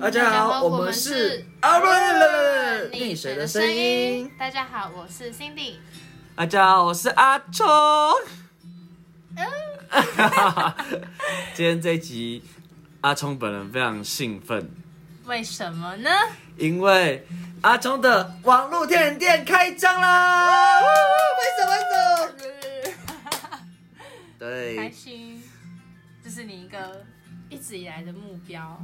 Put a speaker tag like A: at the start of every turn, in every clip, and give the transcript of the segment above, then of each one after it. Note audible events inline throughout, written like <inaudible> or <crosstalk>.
A: 大家好，我们是阿瑞溺水的声音。。
B: 大家好，我是 Cindy。
A: 大家好，我是阿聪。今天这一集，阿聪本人非常兴奋，
B: 为什么呢？
A: 因为阿聪的网络天眼店开张啦！为什么？为什么？
B: 开
A: 对
B: 心，这是你一个一直以来的目标。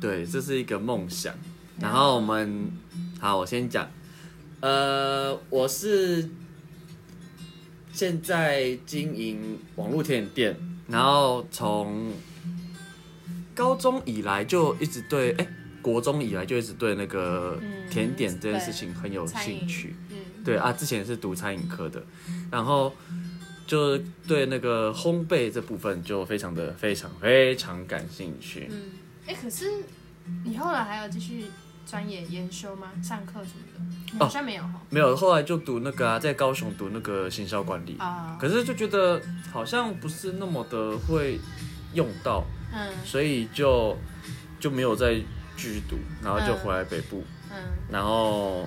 A: 对，这是一个梦想。然后我们好，我先讲，呃，我是现在经营网络甜点店，然后从高中以来就一直对，哎、国中以来就一直对那个
B: 嗯
A: 甜点这件事情很有
B: 餐饮
A: 兴趣。
B: 嗯，
A: 对啊，之前是读餐饮科的，然后就对那个烘焙这部分就非常的非常非常感兴趣。
B: 嗯，哎、可是你后来还有继续专业研修吗？上课什么的？你
A: 哦
B: 好像没有哈。
A: 没有，后来就读那个啊，在高雄读那个行销管理，哦
B: 啊、
A: 可是就觉得好像不是那么的会用到，
B: 嗯
A: 所以就就没有再继续读，然后就
B: 嗯
A: 回来北部，
B: 嗯
A: 然后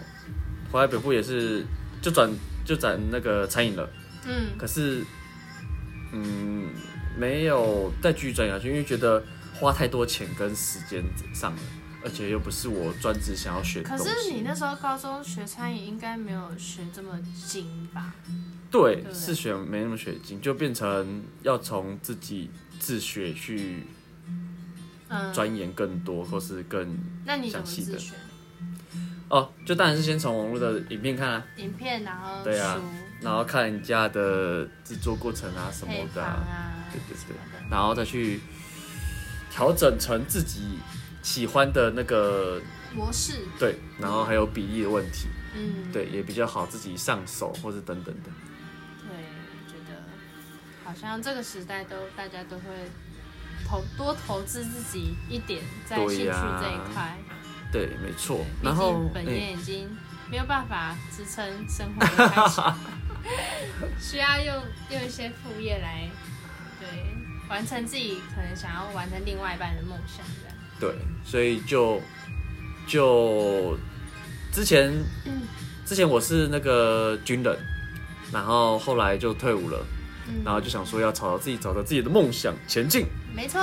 A: 回来北部也是就转就转那个餐饮了，
B: 嗯
A: 可是嗯没有再继续转下去，因为觉得花太多钱跟时间上了，而且又不是我专职想要学的
B: 可
A: 东西。
B: 是你那时候高中学餐饮，应该没有学这么精吧？
A: 对
B: 对，
A: 是学没那么学精，就变成要从自己自学去
B: 嗯，
A: 钻研更多，或是更
B: 那你怎么
A: 详细
B: 自
A: 的
B: 学？
A: 哦，就当然是先从网络的影片看啊，
B: 影片，然后
A: 对啊
B: 书、
A: 然后看人家的制作过程啊什么
B: 配
A: 的
B: 方
A: 啊、
B: 啊，
A: 对对
B: 什
A: 对
B: 么的，
A: 然后再去调整成自己喜欢的那个
B: 模式，
A: 对，然后还有比例的问题，
B: 嗯，
A: 对，也比较好自己上手或是等等的。
B: 对，觉得好像这个时代都大家都会投多投资自己一点在兴
A: 对
B: 趣
A: 呀
B: 这一块，
A: 对，没错。
B: 毕
A: 然后
B: 竟本
A: 哎
B: 业已经没有办法支撑生活的
A: <laughs>
B: 开始，需要用用一些副业来对完成自己可能想要完成另外一半的梦想这样。
A: 对，所以就就之前之前我是那个军人，然后后来就退伍了，
B: 嗯
A: 然后就想说要朝自己找到自己的梦想前进，
B: 没错，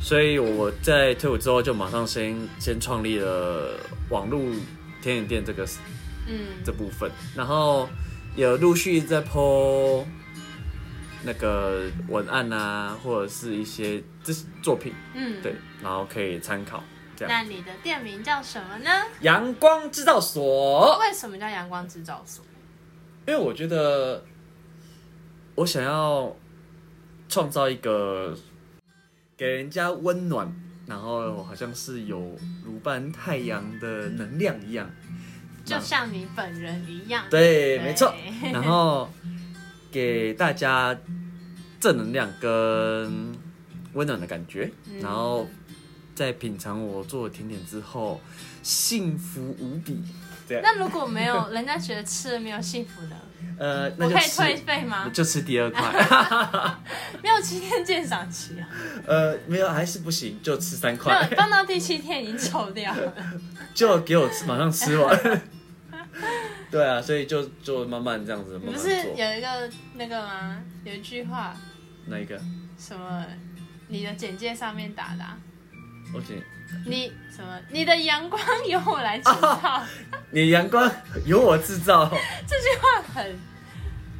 A: 所以我在退伍之后就马上先先创立了网络甜点店这个
B: 嗯
A: 这部分，然后有陆续在 PO 那个文案啊，或者是一些这作品，
B: 嗯，
A: 对，然后可以参考。这样。
B: 那你的店名叫什么呢？
A: 阳光制造所，
B: 为什么叫阳光制造所？
A: 因为我觉得我想要创造一个给人家温暖，然后好像是有如伴太阳的能量一样，
B: 就像你本人一样。
A: 对，没错，然后给大家正能量跟温暖的感觉，
B: 嗯
A: 然后在品尝我做的甜点之后，幸福无比。这样，
B: 那如果没有人家觉得吃了没有幸福呢？
A: 呃， <laughs> 那
B: 我
A: 就
B: 可以
A: 吃
B: 退费吗？
A: 就吃第二块，
B: <laughs> 没有七天鉴赏
A: <laughs>
B: 期啊，
A: 呃，没有，还是不行，就吃三
B: 没
A: 块
B: 有，放到第七天已经抽掉了。
A: <laughs> 就给我吃，马上吃完。 <laughs> 对啊，所以就就慢慢这样子，
B: 你
A: 慢慢
B: 不是
A: 做。
B: 有一个那个吗？有一句话
A: 哪一个？
B: 什么？你的简介上面打的啊、
A: 我请
B: 你什么？你的阳光由我来制
A: <laughs>
B: 造，
A: 你的阳光由我制
B: <laughs>
A: 造，
B: 这句话很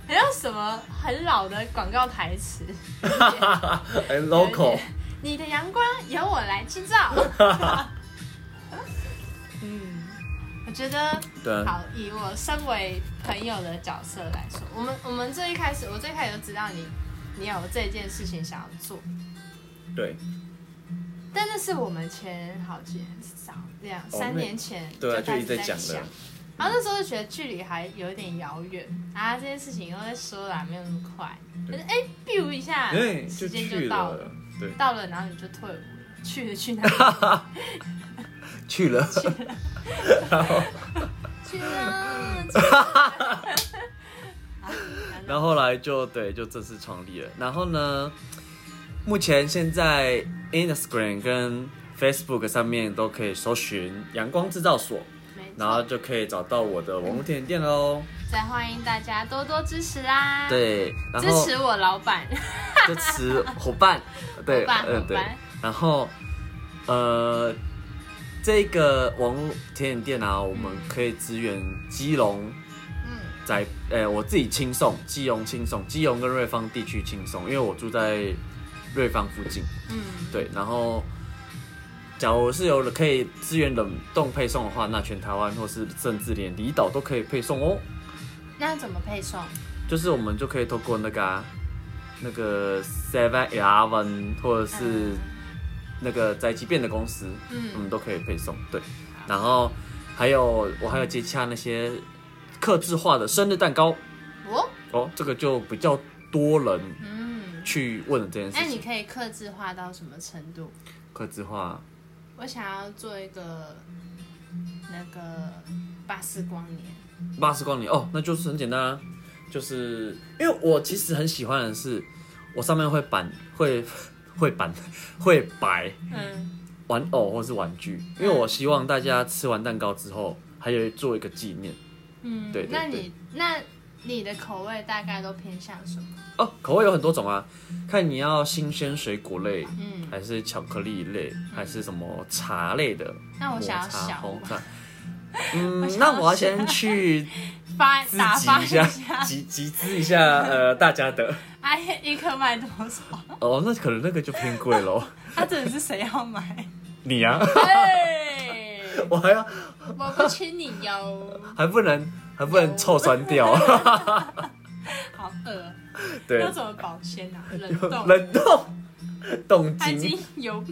B: 很像什么很老的广告台词。
A: 哎，local，
B: 你的阳光由我来制造。 <laughs> 嗯，我觉得
A: <laughs> 对啊，
B: 好，以我身为朋友的角色来说，我们我们最一开始，我最开始就知道你你有这件事情想要做，
A: 对
B: 但那是我们前好几年，至少两
A: 哦
B: 三
A: 那
B: 年前
A: 对啊，就
B: 开
A: 一
B: 始
A: 直在
B: 在
A: 讲
B: 想
A: 的。，
B: 然后那时候就觉得距离还有一点遥远啊，这件事情又在说啦，没有那么快。可是哎，biu 一下，
A: 对，哎就
B: 时间
A: 去
B: 就到了
A: 了，，对，
B: 到了然后你就退伍了，去了去哪里？
A: 去了，
B: 去
A: <laughs>
B: 啊！然
A: 然
B: 后
A: 后后来就对，就正式创立了。然后呢，目前现在 Instagram 跟 Facebook 上面都可以搜寻“阳光制造所”，
B: 没
A: 然后
B: 错，
A: 就可以找到我的网络甜点店喽。
B: 再欢迎大家多多支持啦，，
A: 对，然
B: 支
A: 后
B: 持我老板， <laughs>
A: <laughs> 支持伙伴，对，
B: 伙伴
A: 嗯
B: 伙
A: 对
B: 伴，
A: 然后呃，这个网络甜点店啊，我们可以支援基隆。
B: 嗯，
A: 在呃、我自己轻送，基隆轻送，基隆跟瑞芳地区轻送，因为我住在瑞芳附近。
B: 嗯，
A: 对，然后假如是有可以支援冷冻配送的话，那全台湾或是甚至连离岛都可以配送哦。
B: 那怎么配送？
A: 就是我们就可以透过那个、啊、那个 Seven Eleven 或者是那个宅急便的公司，
B: 嗯
A: 我们都可以配送。对，
B: 好
A: 然后还有我还有接洽那些客制化的生日蛋糕
B: 我，
A: 哦，这个就比较多人
B: 嗯，
A: 去问的这件
B: 那
A: 事
B: 哎你
A: 情。
B: 可以克制化到什么程度？
A: 客制化
B: 我想要做一个嗯那个巴斯光年，
A: 八十光年哦，那就是很简单啊，就是因为我其实很喜欢的是，我上面会板会会板会摆
B: 嗯，
A: 玩偶或是玩具，因为我希望大家吃完蛋糕之后还有做一个纪念
B: 嗯
A: 对对
B: 那你那你的口味大概都偏向什么？
A: 哦。口味有很多种啊，看你要新鲜水果类，
B: 嗯，
A: 还是巧克力类，还是什么茶类的，
B: 那哦我
A: 抹
B: 想要
A: 茶
B: 小
A: 红
B: 的 <laughs>
A: 茶。
B: 我
A: 嗯，
B: 想要
A: 那我要先去
B: 发
A: 自
B: 打发
A: 集一下，集集资一下，呃，大家的。
B: <laughs> 哎，一颗卖多少？
A: 哦，那可能那个就偏贵喽。
B: <laughs> 他真的是谁要 <laughs> 买？
A: 你呀、
B: 哎，
A: 我还要
B: 我不亲你哟，
A: 还不能还不能臭酸
B: <laughs>
A: 掉，
B: 好饿，
A: 对
B: 要，怎么保鲜
A: <laughs>
B: 啊？冷冻，
A: 冷冻冻
B: 它已
A: 精
B: 经 <laughs> 游，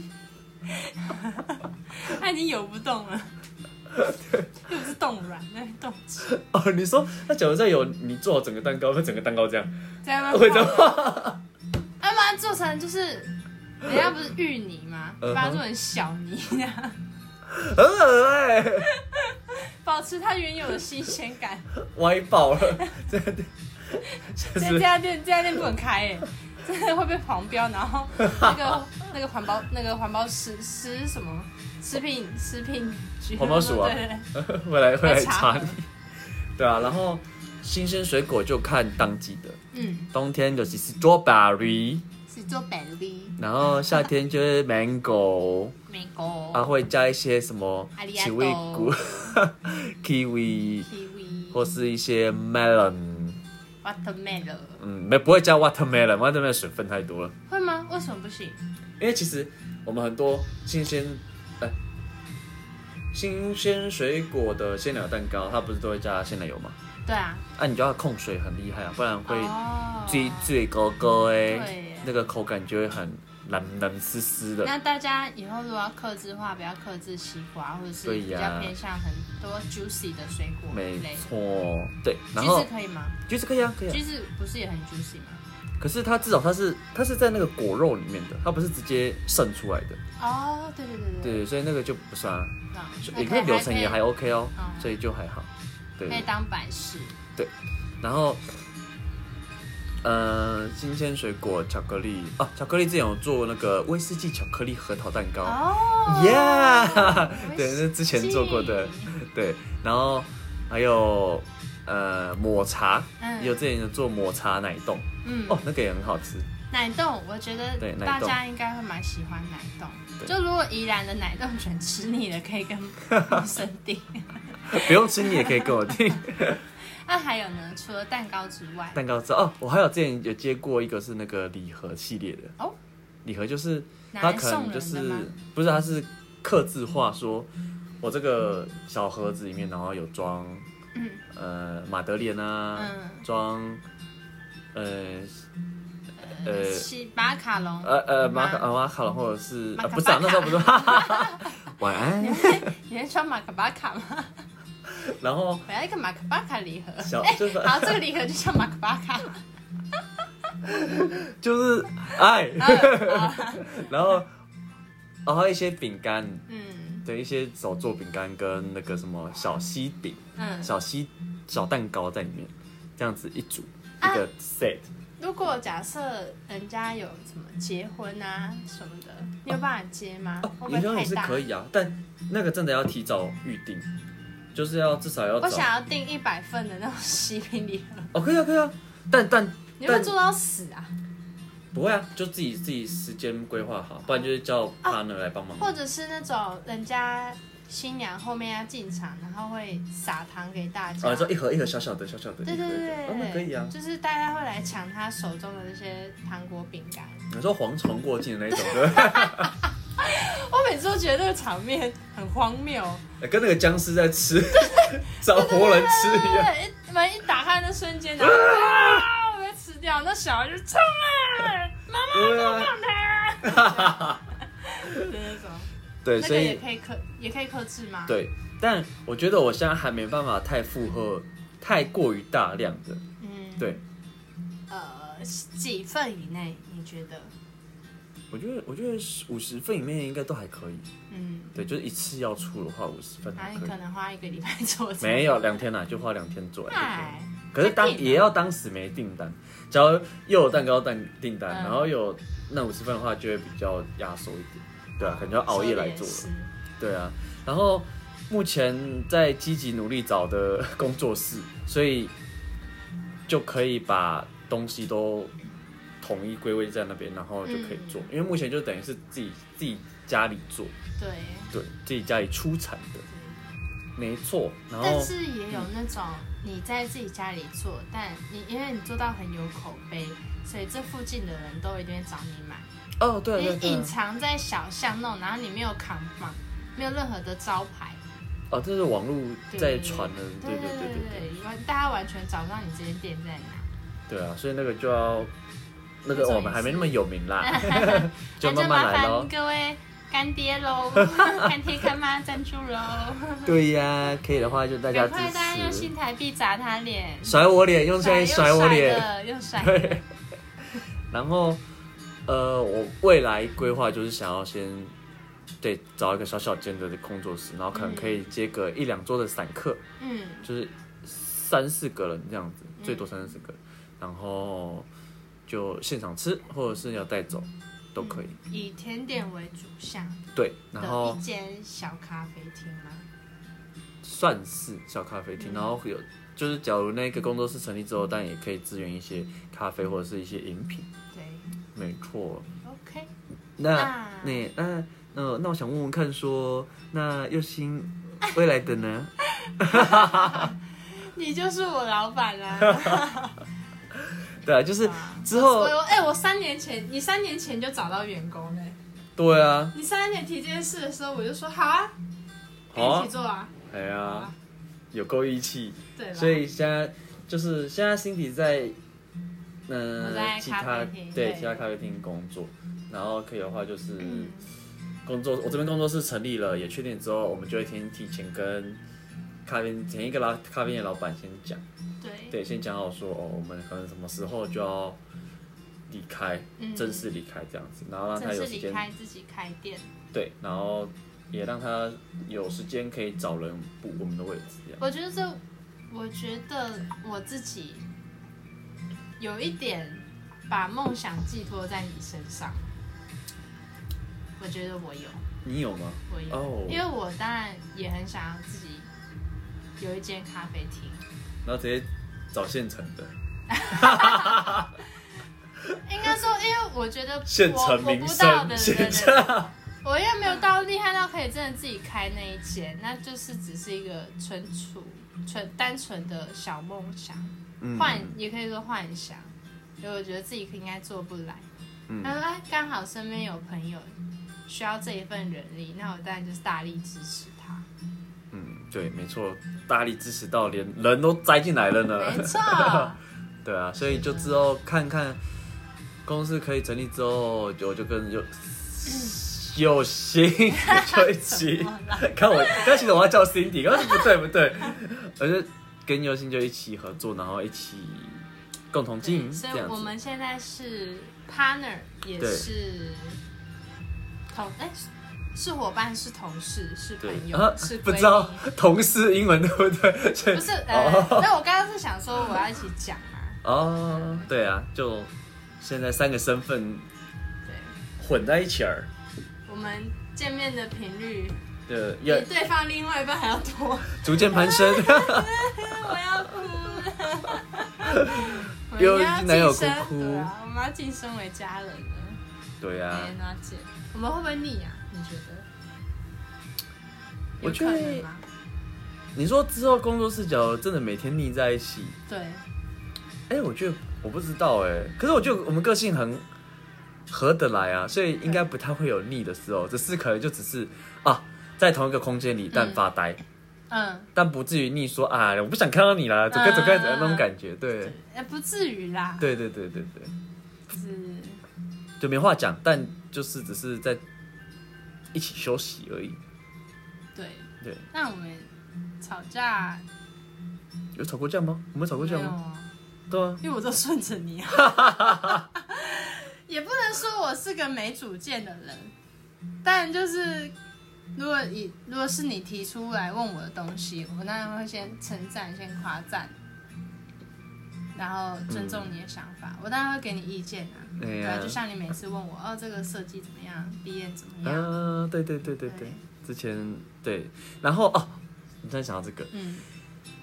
B: 它已经游不
A: <laughs>
B: 动了，又不是冻卵，那是冻鸡，
A: 哦。你说那假如再有你做好整个蛋糕，那整个蛋糕这样
B: 这样
A: 会怎
B: 要
A: 么？
B: 把它做成就是，人家不是芋泥吗？
A: 嗯哼
B: 把它做成小泥这样，
A: 很恶哎、
B: 保持它原有的新鲜
A: <laughs>
B: 感。
A: 歪爆了，真的就
B: 这这
A: 是
B: 家店这家店不能
A: <laughs>
B: 开哎、真的会被黄标，然后 <laughs> 那个那个环保那个环保食食什么食品食品局
A: 环保署啊
B: 对对对，
A: 会来会来
B: 会查
A: 查你。对啊，然后新鲜水果就看当季的，
B: 嗯，
A: 冬天就是 strawberry，
B: 是做百丽
A: 然后夏天就是 mango。
B: 美国
A: 啊，会加一些什么
B: 阿里亚
A: kiwi
B: 多
A: 谷、kiwi
B: kiwi
A: 或是一些 melon，
B: watermelon
A: 嗯，没不会加 watermelon，watermelon 水分太多了。
B: 会吗？为什么不行？
A: 因为其实我们很多新鲜，呃，新鲜水果的鲜奶蛋糕，它不是都会加鲜奶油吗？
B: 对啊，
A: 啊，你就要控水很厉害啊，不然会
B: 哦
A: 最最高高
B: 对
A: 哎
B: 耶，
A: 那个口感就会很软软丝丝的。
B: 那大家以后如果要克制的话，不要克制西瓜，或者是
A: 对
B: 比
A: 呀
B: 较偏向很多 juicy 的水果
A: 没
B: 类。
A: 错，对，然
B: 橘
A: 后
B: 子可以吗？
A: 橘子可以啊，可以啊。
B: 橘子不是也很 juicy 吗？
A: 可是它至少它是它是在那个果肉里面的，它不是直接渗出来的，
B: 哦，对对对对
A: 对，所以那个就不算啊，
B: 啊
A: 所以
B: 那
A: 里
B: 可以
A: 面流程也还 OK 哦
B: 哦，
A: 所以就还好，对
B: 可以可。以当摆饰，
A: 然后，呃，新鲜水果巧克力啊，巧克力之前有做那个威士忌巧克力核桃蛋糕
B: 哦
A: ，Yeah，
B: 威
A: 对，
B: 士
A: 那之前做过的，
B: 忌
A: 对，然后还有呃抹茶，
B: 嗯
A: 也有之前有做抹茶奶冻，
B: 嗯，
A: 哦，那个也很好吃，
B: 奶冻，我觉得
A: 对奶
B: 大
A: 冻
B: 家应该会蛮喜欢奶冻。
A: 对
B: 就如果宜兰的奶冻卷吃腻了，可
A: <laughs>
B: 以跟女生订。
A: 不用吃你也可以跟我订。
B: 那还有呢？除了蛋糕之
A: <laughs>
B: 外，
A: 蛋糕之哦，我还有之前有接过一个是那个礼盒系列的
B: 哦，
A: 礼盒就是
B: 拿
A: 它
B: 来
A: 可
B: 送
A: 能就
B: 人的
A: 是
B: 吗？
A: 不是它是刻字化说，我这个小盒子里面然后有装
B: 嗯
A: 呃马德莲啊，
B: 嗯，
A: 装呃呃
B: 西马卡龙，
A: 呃呃马卡
B: 吗
A: 呃马卡龙或者是
B: 马
A: 呃
B: 卡
A: 不是啊
B: 巴卡
A: 那时候不是，哈哈哈
B: <laughs>
A: 哈晚安，
B: 你会穿马卡巴卡吗？ <laughs>
A: 然后
B: 我要一个马卡巴卡礼盒。
A: 小就是
B: 哎好，这个礼盒就叫马卡巴卡。 <laughs>
A: 就是哎，
B: 嗯好
A: <laughs> 然后然后一些饼干。
B: 嗯
A: 的一些手做饼干跟那个什么小西饼、
B: 嗯，
A: 小西小蛋糕在里面，这样子一组
B: 啊
A: 一个 set，、
B: 如果假设人家有什么结婚啊什么的，你有办法接吗？会不
A: 银行
B: 会
A: 哦也
B: 太
A: 是
B: 大？
A: 可以啊，但那个真的要提早预定，就是要至少要
B: 我
A: 找
B: 想要订一百份的那种喜饼礼盒，
A: 哦，可以啊，可以啊，但但
B: 你会不会
A: 但
B: 做到死啊？
A: 不会啊，就自己自己时间规划好，不然就是叫 partner 来帮忙。
B: 或者是那种人家新娘后面要进场，然后会撒糖给大家。
A: 哦，你说一盒一盒小小的小小的，
B: 对
A: 一盒一
B: 对
A: 盒
B: 对
A: 哦，那可以啊。
B: 就是大家会来抢他手中的那些糖果饼干。
A: 你说蝗虫过境的那种，对不
B: 我每次都觉得那个场面很荒谬，
A: 对，跟那个僵尸在吃，找活人吃一样。
B: 对，一门一打开那瞬间，然后啊，我被吃掉，那小孩就冲啊，妈妈
A: 对啊，
B: 的，就是那种，
A: 对，
B: 那
A: 所
B: 个也
A: 以
B: 可以克，也可以克制吗？，
A: 对，但我觉得我现在还没办法太负荷，太过于大量的。
B: 嗯，
A: 对，
B: 呃，几份以内你觉得？
A: 我觉得我觉得五十份以面应该都还可以。
B: 嗯，
A: 对，就是一次要出的话，五十份
B: 那
A: 还
B: 你
A: 可以
B: 可。能花一个礼拜做成，
A: 没有两天啦、就花两天做完就可以了。
B: 哎，
A: 可是当
B: 太拼了
A: 也要当时没订单，只要又有蛋糕蛋订单，
B: 嗯
A: 然后又有那五十份的话，就会比较压缩一点。对啊，可能就要熬夜来做
B: 说
A: 了。
B: 得也是
A: 对啊，然后目前在积极努力找的工作室，所以就可以把东西都统一归位在那边，然后就可以做。
B: 嗯
A: 因为目前就等于是自己自己家里做，
B: 对。
A: 对自己家里出产的，没错。然后
B: 但是也有那种你在自己家里做，但你因为你做到很有口碑，所以这附近的人都一定会找你买。
A: 哦，对啊对啊
B: 你
A: 对啊
B: 隐藏在小巷弄，然后你没有扛棒，没有任何的招牌，
A: 哦，这是网络
B: 对
A: 在传的，对对对
B: 对
A: 对对。
B: 对对，完大家完全找不到你这些店在哪，
A: 对啊，所以那个就要，那个哦我们还没那么有名
B: <laughs>
A: 啦， <laughs> 就
B: 那就
A: 慢
B: 麻
A: 慢来
B: 烦
A: 咯。
B: 各位干爹
A: <laughs>
B: 喽，干爹干妈赞助喽，
A: 对呀、可以的话就大家
B: 赶
A: 支
B: 快大家用
A: 持
B: 新，台币砸他脸，
A: 甩我脸，用现在甩我
B: 用
A: 脸。
B: 甩的，用甩的。
A: 对，然后呃，我未来规划就是想要先对找一个小小间的工作室，然后可能可以接个一两桌的散客，
B: 嗯，
A: 就是三四个人这样子，
B: 嗯
A: 最多三四个，然后就现场吃或者是要带走都可以。
B: 以甜点为主项
A: 对，然后
B: 的一间小咖啡厅吗？
A: 算是小咖啡厅，
B: 嗯
A: 然后有就是假如那个工作室成立之后，但也可以支援一些咖啡或者是一些饮品，
B: 对
A: 没错。
B: ，OK，
A: 那
B: 那
A: 那那那那我想问问看说那佑星未来的
B: <laughs>
A: 呢？
B: 你就是我老板啦。
A: 对啊，就是 <laughs> 之后
B: 我有哎、我三年前，你三年前就找到员工嘞、
A: 对啊，
B: 你三年前提这件事的时候，我就说好啊，
A: 好
B: 一
A: 啊
B: 起，做啊。
A: 哎呀，有够义气，
B: 对吧？
A: 所以现在就是现在 Cindy 在。嗯、
B: 我在
A: 其
B: 咖
A: 他
B: 啡厅
A: 对
B: 对
A: 其他咖啡厅工作，然后可以的话就是、
B: 嗯，
A: 工作，我这边工作室成立了，也确定之后，我们就会先提前跟咖啡前一个老咖啡店的老板先讲，
B: 对，
A: 对，先讲好说哦，我们可能什么时候就要离开，
B: 嗯
A: 正式离开这样子，然后让他
B: 正
A: 有
B: 式
A: 时
B: 离
A: 间，
B: 开自己开店。
A: 对，然后也让他有时间可以找人补我们的位置，这样
B: 我觉得这，我觉得我自己有一点把梦想寄托在你身上，我觉得我有。
A: 你有吗？
B: 我有，
A: 哦
B: 因为我当然也很想要自己有一间咖啡厅。
A: 然后直接找现成的，
B: <laughs> 应该
A: <laughs>
B: 说，因为我觉得
A: 现
B: 我
A: 成
B: 我
A: 名
B: 不到
A: 声
B: 的，
A: 现 <laughs>
B: 人，
A: 成，
B: <laughs> 我又没有到厉害到可以真的自己开那一间，那就是只是一个纯属纯单纯的小梦想，
A: 嗯
B: 幻、也可以说幻想，因为我觉得自己应该做不来。
A: 嗯
B: 他说哎，刚好身边有朋友需要这一份人力，那我当然就是大力支持
A: <laughs>
B: 他。
A: 嗯，对，没错，大力支持到连人都栽进来了呢，
B: 没
A: <laughs>
B: 错，
A: 对啊，所以就之后看看公司可以成立之后，我就 <laughs> 跟有有心就一起看我。刚其实我要叫 Cindy，刚刚不对不对，我就跟有心就一起合作，然后一起共同经营这
B: 所以
A: 样
B: 我
A: 子。
B: 们现在是 partner，也
A: 对
B: 是同哎、是伙伴，是同事，是
A: 对
B: 朋，友，
A: 啊
B: 是，
A: 不
B: 闺
A: 知道
B: 蜜。
A: 同事英文对不对？所以
B: 不是，呃，
A: 哦
B: 那我刚刚是想说我要一起讲啊，
A: 哦，对啊，就现在三个身份
B: 对，
A: 混在一起儿，
B: 我们见面的频率
A: 呃，
B: 比
A: 要
B: 对方另外一半还要多，
A: 逐渐攀 <laughs> 升。
B: 我要哭了。我
A: 又
B: 们要
A: 男友
B: 晋升
A: 哭哭
B: 对啊，我们要晋升为家人了。
A: 对啊，
B: 哎，娜姐，我们会不会腻啊？你觉得？
A: 我
B: 有
A: 觉
B: 可
A: 得
B: 能吗？
A: 你说之后工作视角真的每天腻在一起，
B: 对，
A: 哎、我觉得我不知道哎、可是我觉得我们个性很合得来啊，所以应该不太会有腻的时候，只是可能就只是啊，在同一个空间里但发呆，
B: 嗯，
A: 但不至于腻说啊，我不想看到你啦，走开走开走开那种感觉，对
B: 对，哎，不至于啦，
A: 对对对对对，
B: 是，呃
A: 就没话讲，但就是只是在一起休息而已，
B: 对。
A: 对，
B: 那我们吵架
A: 有吵过架吗？我们吵过
B: 没
A: 架
B: 有
A: 吗？
B: 啊？
A: 对啊，
B: 因为我都顺着你啊，也不能说我是个没主见的人，但就是如果以如果是你提出来问我的东西，我当然会先称赞，先夸赞，然后尊重你的想法，我当然会给你意见啊。
A: 对
B: 对
A: 嗯哎呀、
B: 啊，就像你每次问我，哦，这个设计怎么样，毕业怎么样？
A: 啊，对对对对对
B: 对，
A: 之前对，然后哦，你突然想到这个
B: 嗯，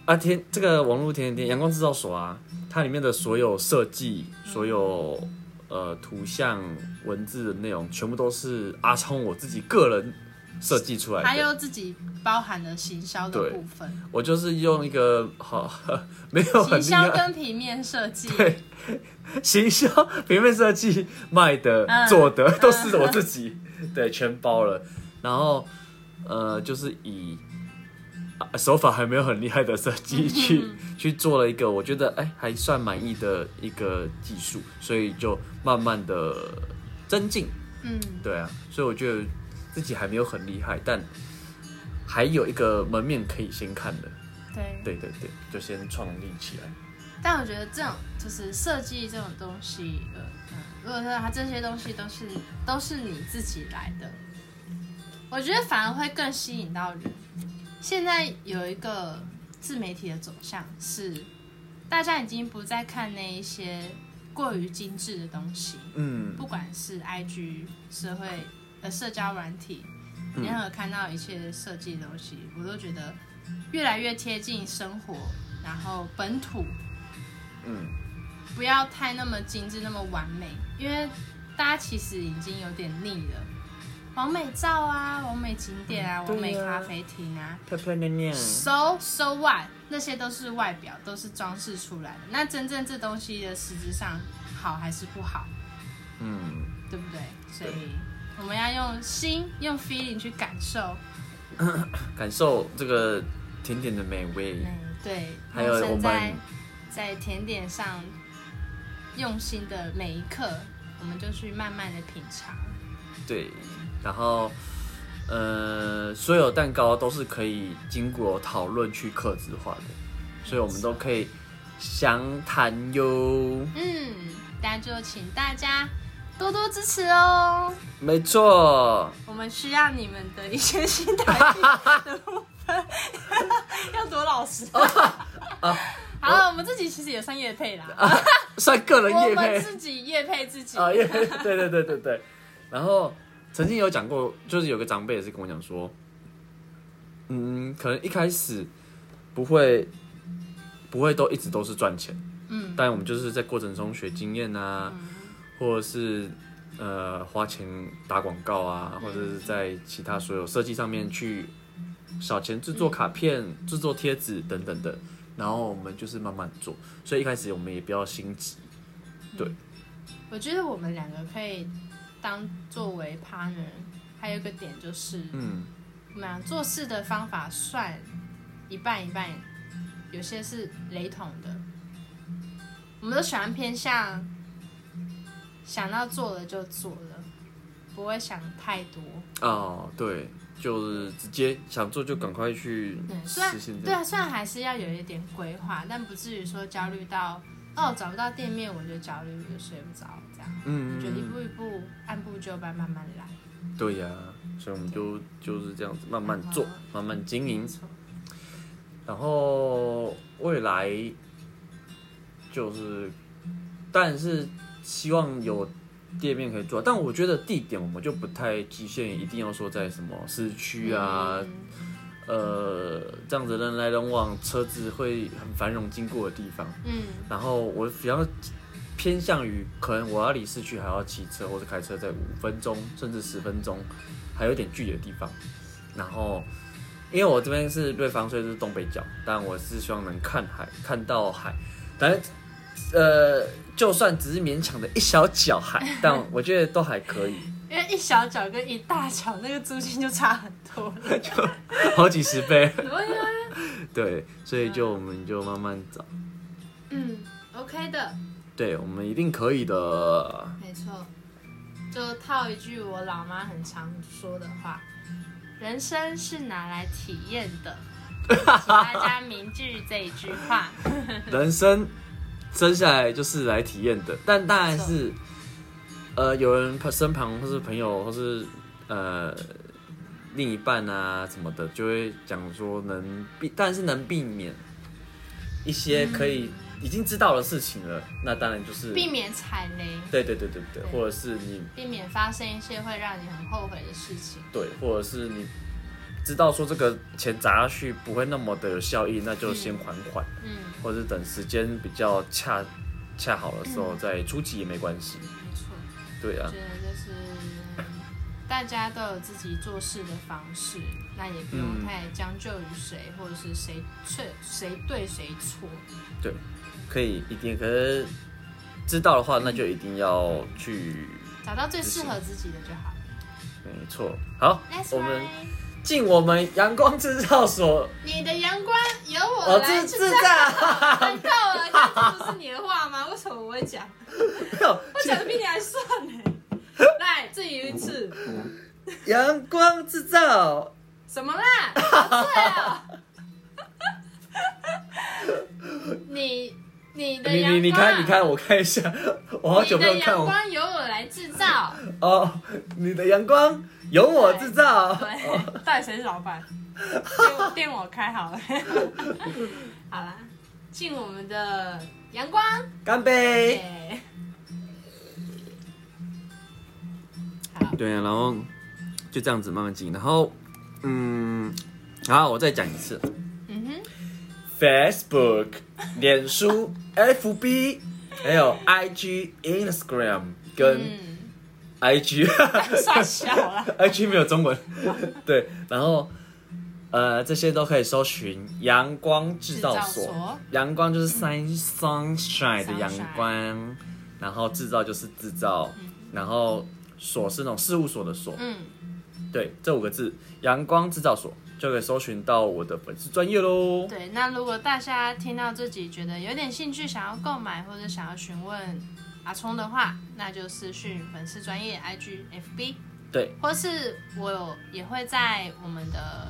A: 啊，天，这个网络甜甜店阳光制造所啊，它里面的所有设计、所有呃图像、文字的内容，全部都是阿聪我自己个人设计出来
B: 还
A: 的。
B: 有自己包含了行销的
A: 对
B: 部分，
A: 我就是用一个好 <laughs> 没有很
B: 行
A: 厉
B: 销
A: 害
B: 跟平面设计，
A: 对 <laughs> 行销平面设计卖的、
B: 嗯
A: 做的都是我自己， <laughs> 对，全包了。然后呃，就是以、啊手法还没有很厉害的设计去 <laughs> 去做了一个我觉得哎、还算满意的一个技术，所以就慢慢的增进。
B: 嗯，
A: 对啊，所以我觉得自己还没有很厉害，但还有一个门面可以先看的。
B: 对。
A: 对对对，就先创立起来。
B: 但我觉得这种就是设计这种东西，呃，嗯如果说它这些东西都是都是你自己来的，我觉得反而会更吸引到人。现在有一个自媒体的走向是，大家已经不再看那一些过于精致的东西，
A: 嗯
B: 不管是 IG 社会呃社交软体，
A: 嗯
B: 任何看到一切设计的东西，我都觉得越来越贴近生活，然后本土
A: 嗯，
B: 不要太那么精致、那么完美，因为大家其实已经有点腻了。完美照啊，完美景点啊，
A: 对啊
B: 完美咖啡厅啊
A: 漂漂亮亮。
B: ，so so what，那些都是外表，都是装饰出来的。那真正这东西的实质上好还是不好，
A: 嗯。
B: 对不对？所以我们要用心、用 feeling 去感受，
A: 感受这个甜点的美味。
B: 嗯，对。
A: 还有
B: 陌生
A: 我们
B: 在在甜点上用心的每一刻，我们就去慢慢的品尝。
A: 对，然后呃，所有蛋糕都是可以经过讨论去克制化的，所以我们都可以详谈哟。
B: 嗯，那就请大家多多支持哦，
A: 没错，
B: 我们需要你们的一些新台币的部分， <laughs> 要多
A: <laughs>
B: 老实。
A: 啊
B: 好了，我们自己其实也算业配啦，
A: 算个人
B: 我
A: 啊业
B: 们
A: 配
B: 自己业配自己。
A: <laughs> 啊，业配，对对对对对。然后曾经有讲过，就是有个长辈也是跟我讲说，嗯，可能一开始不会不会都一直都是赚钱。
B: 嗯
A: 但我们就是在过程中学经验啊，或者是呃花钱打广告啊，或者是在其他所有设计上面去小钱制作卡片、制作贴纸等等的。然后我们就是慢慢做，所以一开始我们也不要心急。
B: 我觉得我们两个可以当作为 partner，还有一个点就是，
A: 嗯，
B: 我们俩做事的方法算一半一半，有些是雷同的。我们都喜欢偏向想到做了就做了，不会想太多。
A: 哦，对，就是直接想做就赶快去
B: 嗯，虽然
A: 实现这
B: 对
A: 样。
B: 啊，虽然还是要有一点规划，但不至于说焦虑到哦找不到店面我就焦虑，我就睡不着这样。
A: 嗯，
B: 就一步一步按部就班，慢慢来。
A: 对呀、所以我们就就是这样子慢慢做，慢慢经营
B: 没。错
A: 然后未来就是，但是希望有店面可以做，但我觉得地点我们就不太局限，一定要说在什么市区啊，
B: 嗯
A: 呃，这样子人来人往，车子会很繁荣经过的地方。
B: 嗯，
A: 然后我比较偏向于，可能我要离市区还要骑车或者开车，在五分钟甚至十分钟，还有点距离的地方。然后，因为我这边是对方虽然是东北角，但我是希望能看海，看到海。但呃，就算只是勉强的一小角海，但我觉得都还可以，
B: 因为一小角跟一大角那个租金就差很多了。
A: 好几十倍。
B: 对呀，
A: <laughs> 对，所以就我们就慢慢找。
B: 嗯，OK 的，
A: 对，我们一定可以的。
B: 没错。就套一句我老妈很常说的话：“人生是拿来体验的。”请大家铭记这一句话。
A: 人生生下来就是来体验的，但当然是，呃，有人身旁或是朋友或是呃另一半啊什么的，就会讲说能避，但是能避免一些可以已经知道的事情了，那当然就是
B: 避免踩雷，
A: 对对对对对，
B: 对
A: 或者是你
B: 避免发生一些会让你很后悔的事情。
A: 对，或者是你知道说这个钱砸下去不会那么的有效益，那就先缓缓。
B: 嗯，
A: 或者等时间比较恰恰好的时候再出击也没关系。
B: 没错，
A: 对啊
B: 觉，得嗯就是大家都有自己做事的方式，那也不用
A: 嗯
B: 太将就于谁，或者是谁错谁对谁错。
A: 可以一定，可是知道的话，那就一定要去。
B: 找到最适合自己的就好。
A: 没错，好
B: That's，
A: 我们
B: right
A: 敬我们阳光制造所，
B: 你的阳光由我
A: 我
B: 来
A: 自
B: 制
A: 自
B: 造。 <laughs>
A: 在。
B: 看到了，看啊这不是你的话吗？为什么我会讲？
A: 没有
B: 我讲的比你还顺呢、来，自己一次，
A: <laughs> 阳光制造，
B: 什么啦？好醉啊！ <laughs> 你你的
A: 你
B: 阳光，
A: 你你看你，看，我看一下， <laughs> 我好久没有
B: 你的
A: 看
B: 阳
A: 我
B: 光由我来制
A: <laughs>
B: 造。
A: 哦，你的阳光由我制造。
B: 对，到底谁是老板？店我店我开好了。 <laughs> 好啦，敬我们的阳光。
A: 干杯。
B: 耶好，
A: 对啊，然后就这样子慢慢进，然后嗯，然后我再讲一次
B: 嗯哼，
A: ，Facebook、脸书、FB，还有 IG、Instagram 跟
B: 嗯，
A: <laughs> IG，IG、
B: 算小了。
A: IG 没有中文，对，然后。呃，这些都可以搜寻“阳光制造
B: 制造
A: 所
B: 所”，
A: 阳光就是 sun sunshine 的阳光，然后制造就是制造，然后所是那种事务所的所，
B: 嗯，
A: 对，这五个字“阳光制造所”就可以搜寻到我的粉丝专业喽。
B: 对。那如果大家听到这集觉得有点兴趣，想要购买或者想要询问阿聪的话，那就私讯粉丝专业 IG FB，
A: 对，
B: 或是我有也会在我们的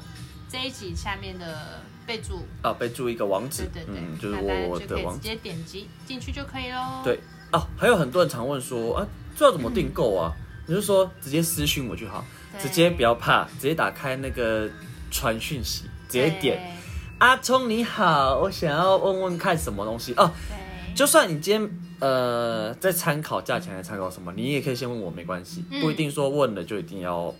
B: 这一集下面的备注，
A: 啊，备注一个网址
B: 对，对对，
A: 嗯，就是
B: 那大家
A: 我
B: 就
A: 的
B: 可以
A: 网
B: 直
A: 址。
B: 接点击进去就可以喽。
A: 对哦，还有很多人常问说啊，这要怎么订购啊？你就说直接私讯我就好，
B: 对，
A: 直接不要怕，直接打开那个传讯息，直接点
B: 对。
A: 阿聪你好，我想要问问看什么东西哦。
B: 对，
A: 就算你今天呃在参考价钱，还参考什么，你也可以先问我，没关系，
B: 嗯
A: 不一定说问了就一定要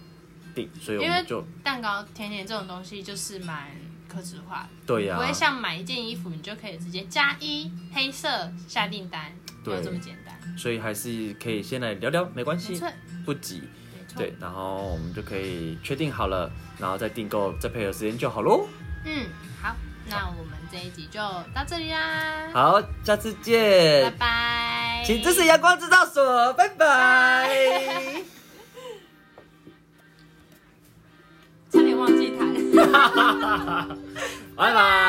A: 订，所以我
B: 因为
A: 们就
B: 蛋糕、甜点这种东西就是蛮克制化的，
A: 对啊呀、
B: 不会像买一件衣服，你就可以直接加一黑色下订单，没
A: 对
B: 有这么简单。
A: 所以还是可以先来聊聊，没关
B: 没
A: 系
B: 错，，
A: 不急。
B: 没错。
A: 对，然后我们就可以确定好了，然后再订购，再配合时间就好喽。
B: 嗯，好，那我们这一集就到这里啦，
A: 好，下次
B: 嗯拜
A: 见，
B: 拜。
A: 请支持阳光制造所，
B: <laughs>
A: 拜拜。
B: 差点忘记弹。
A: 拜拜。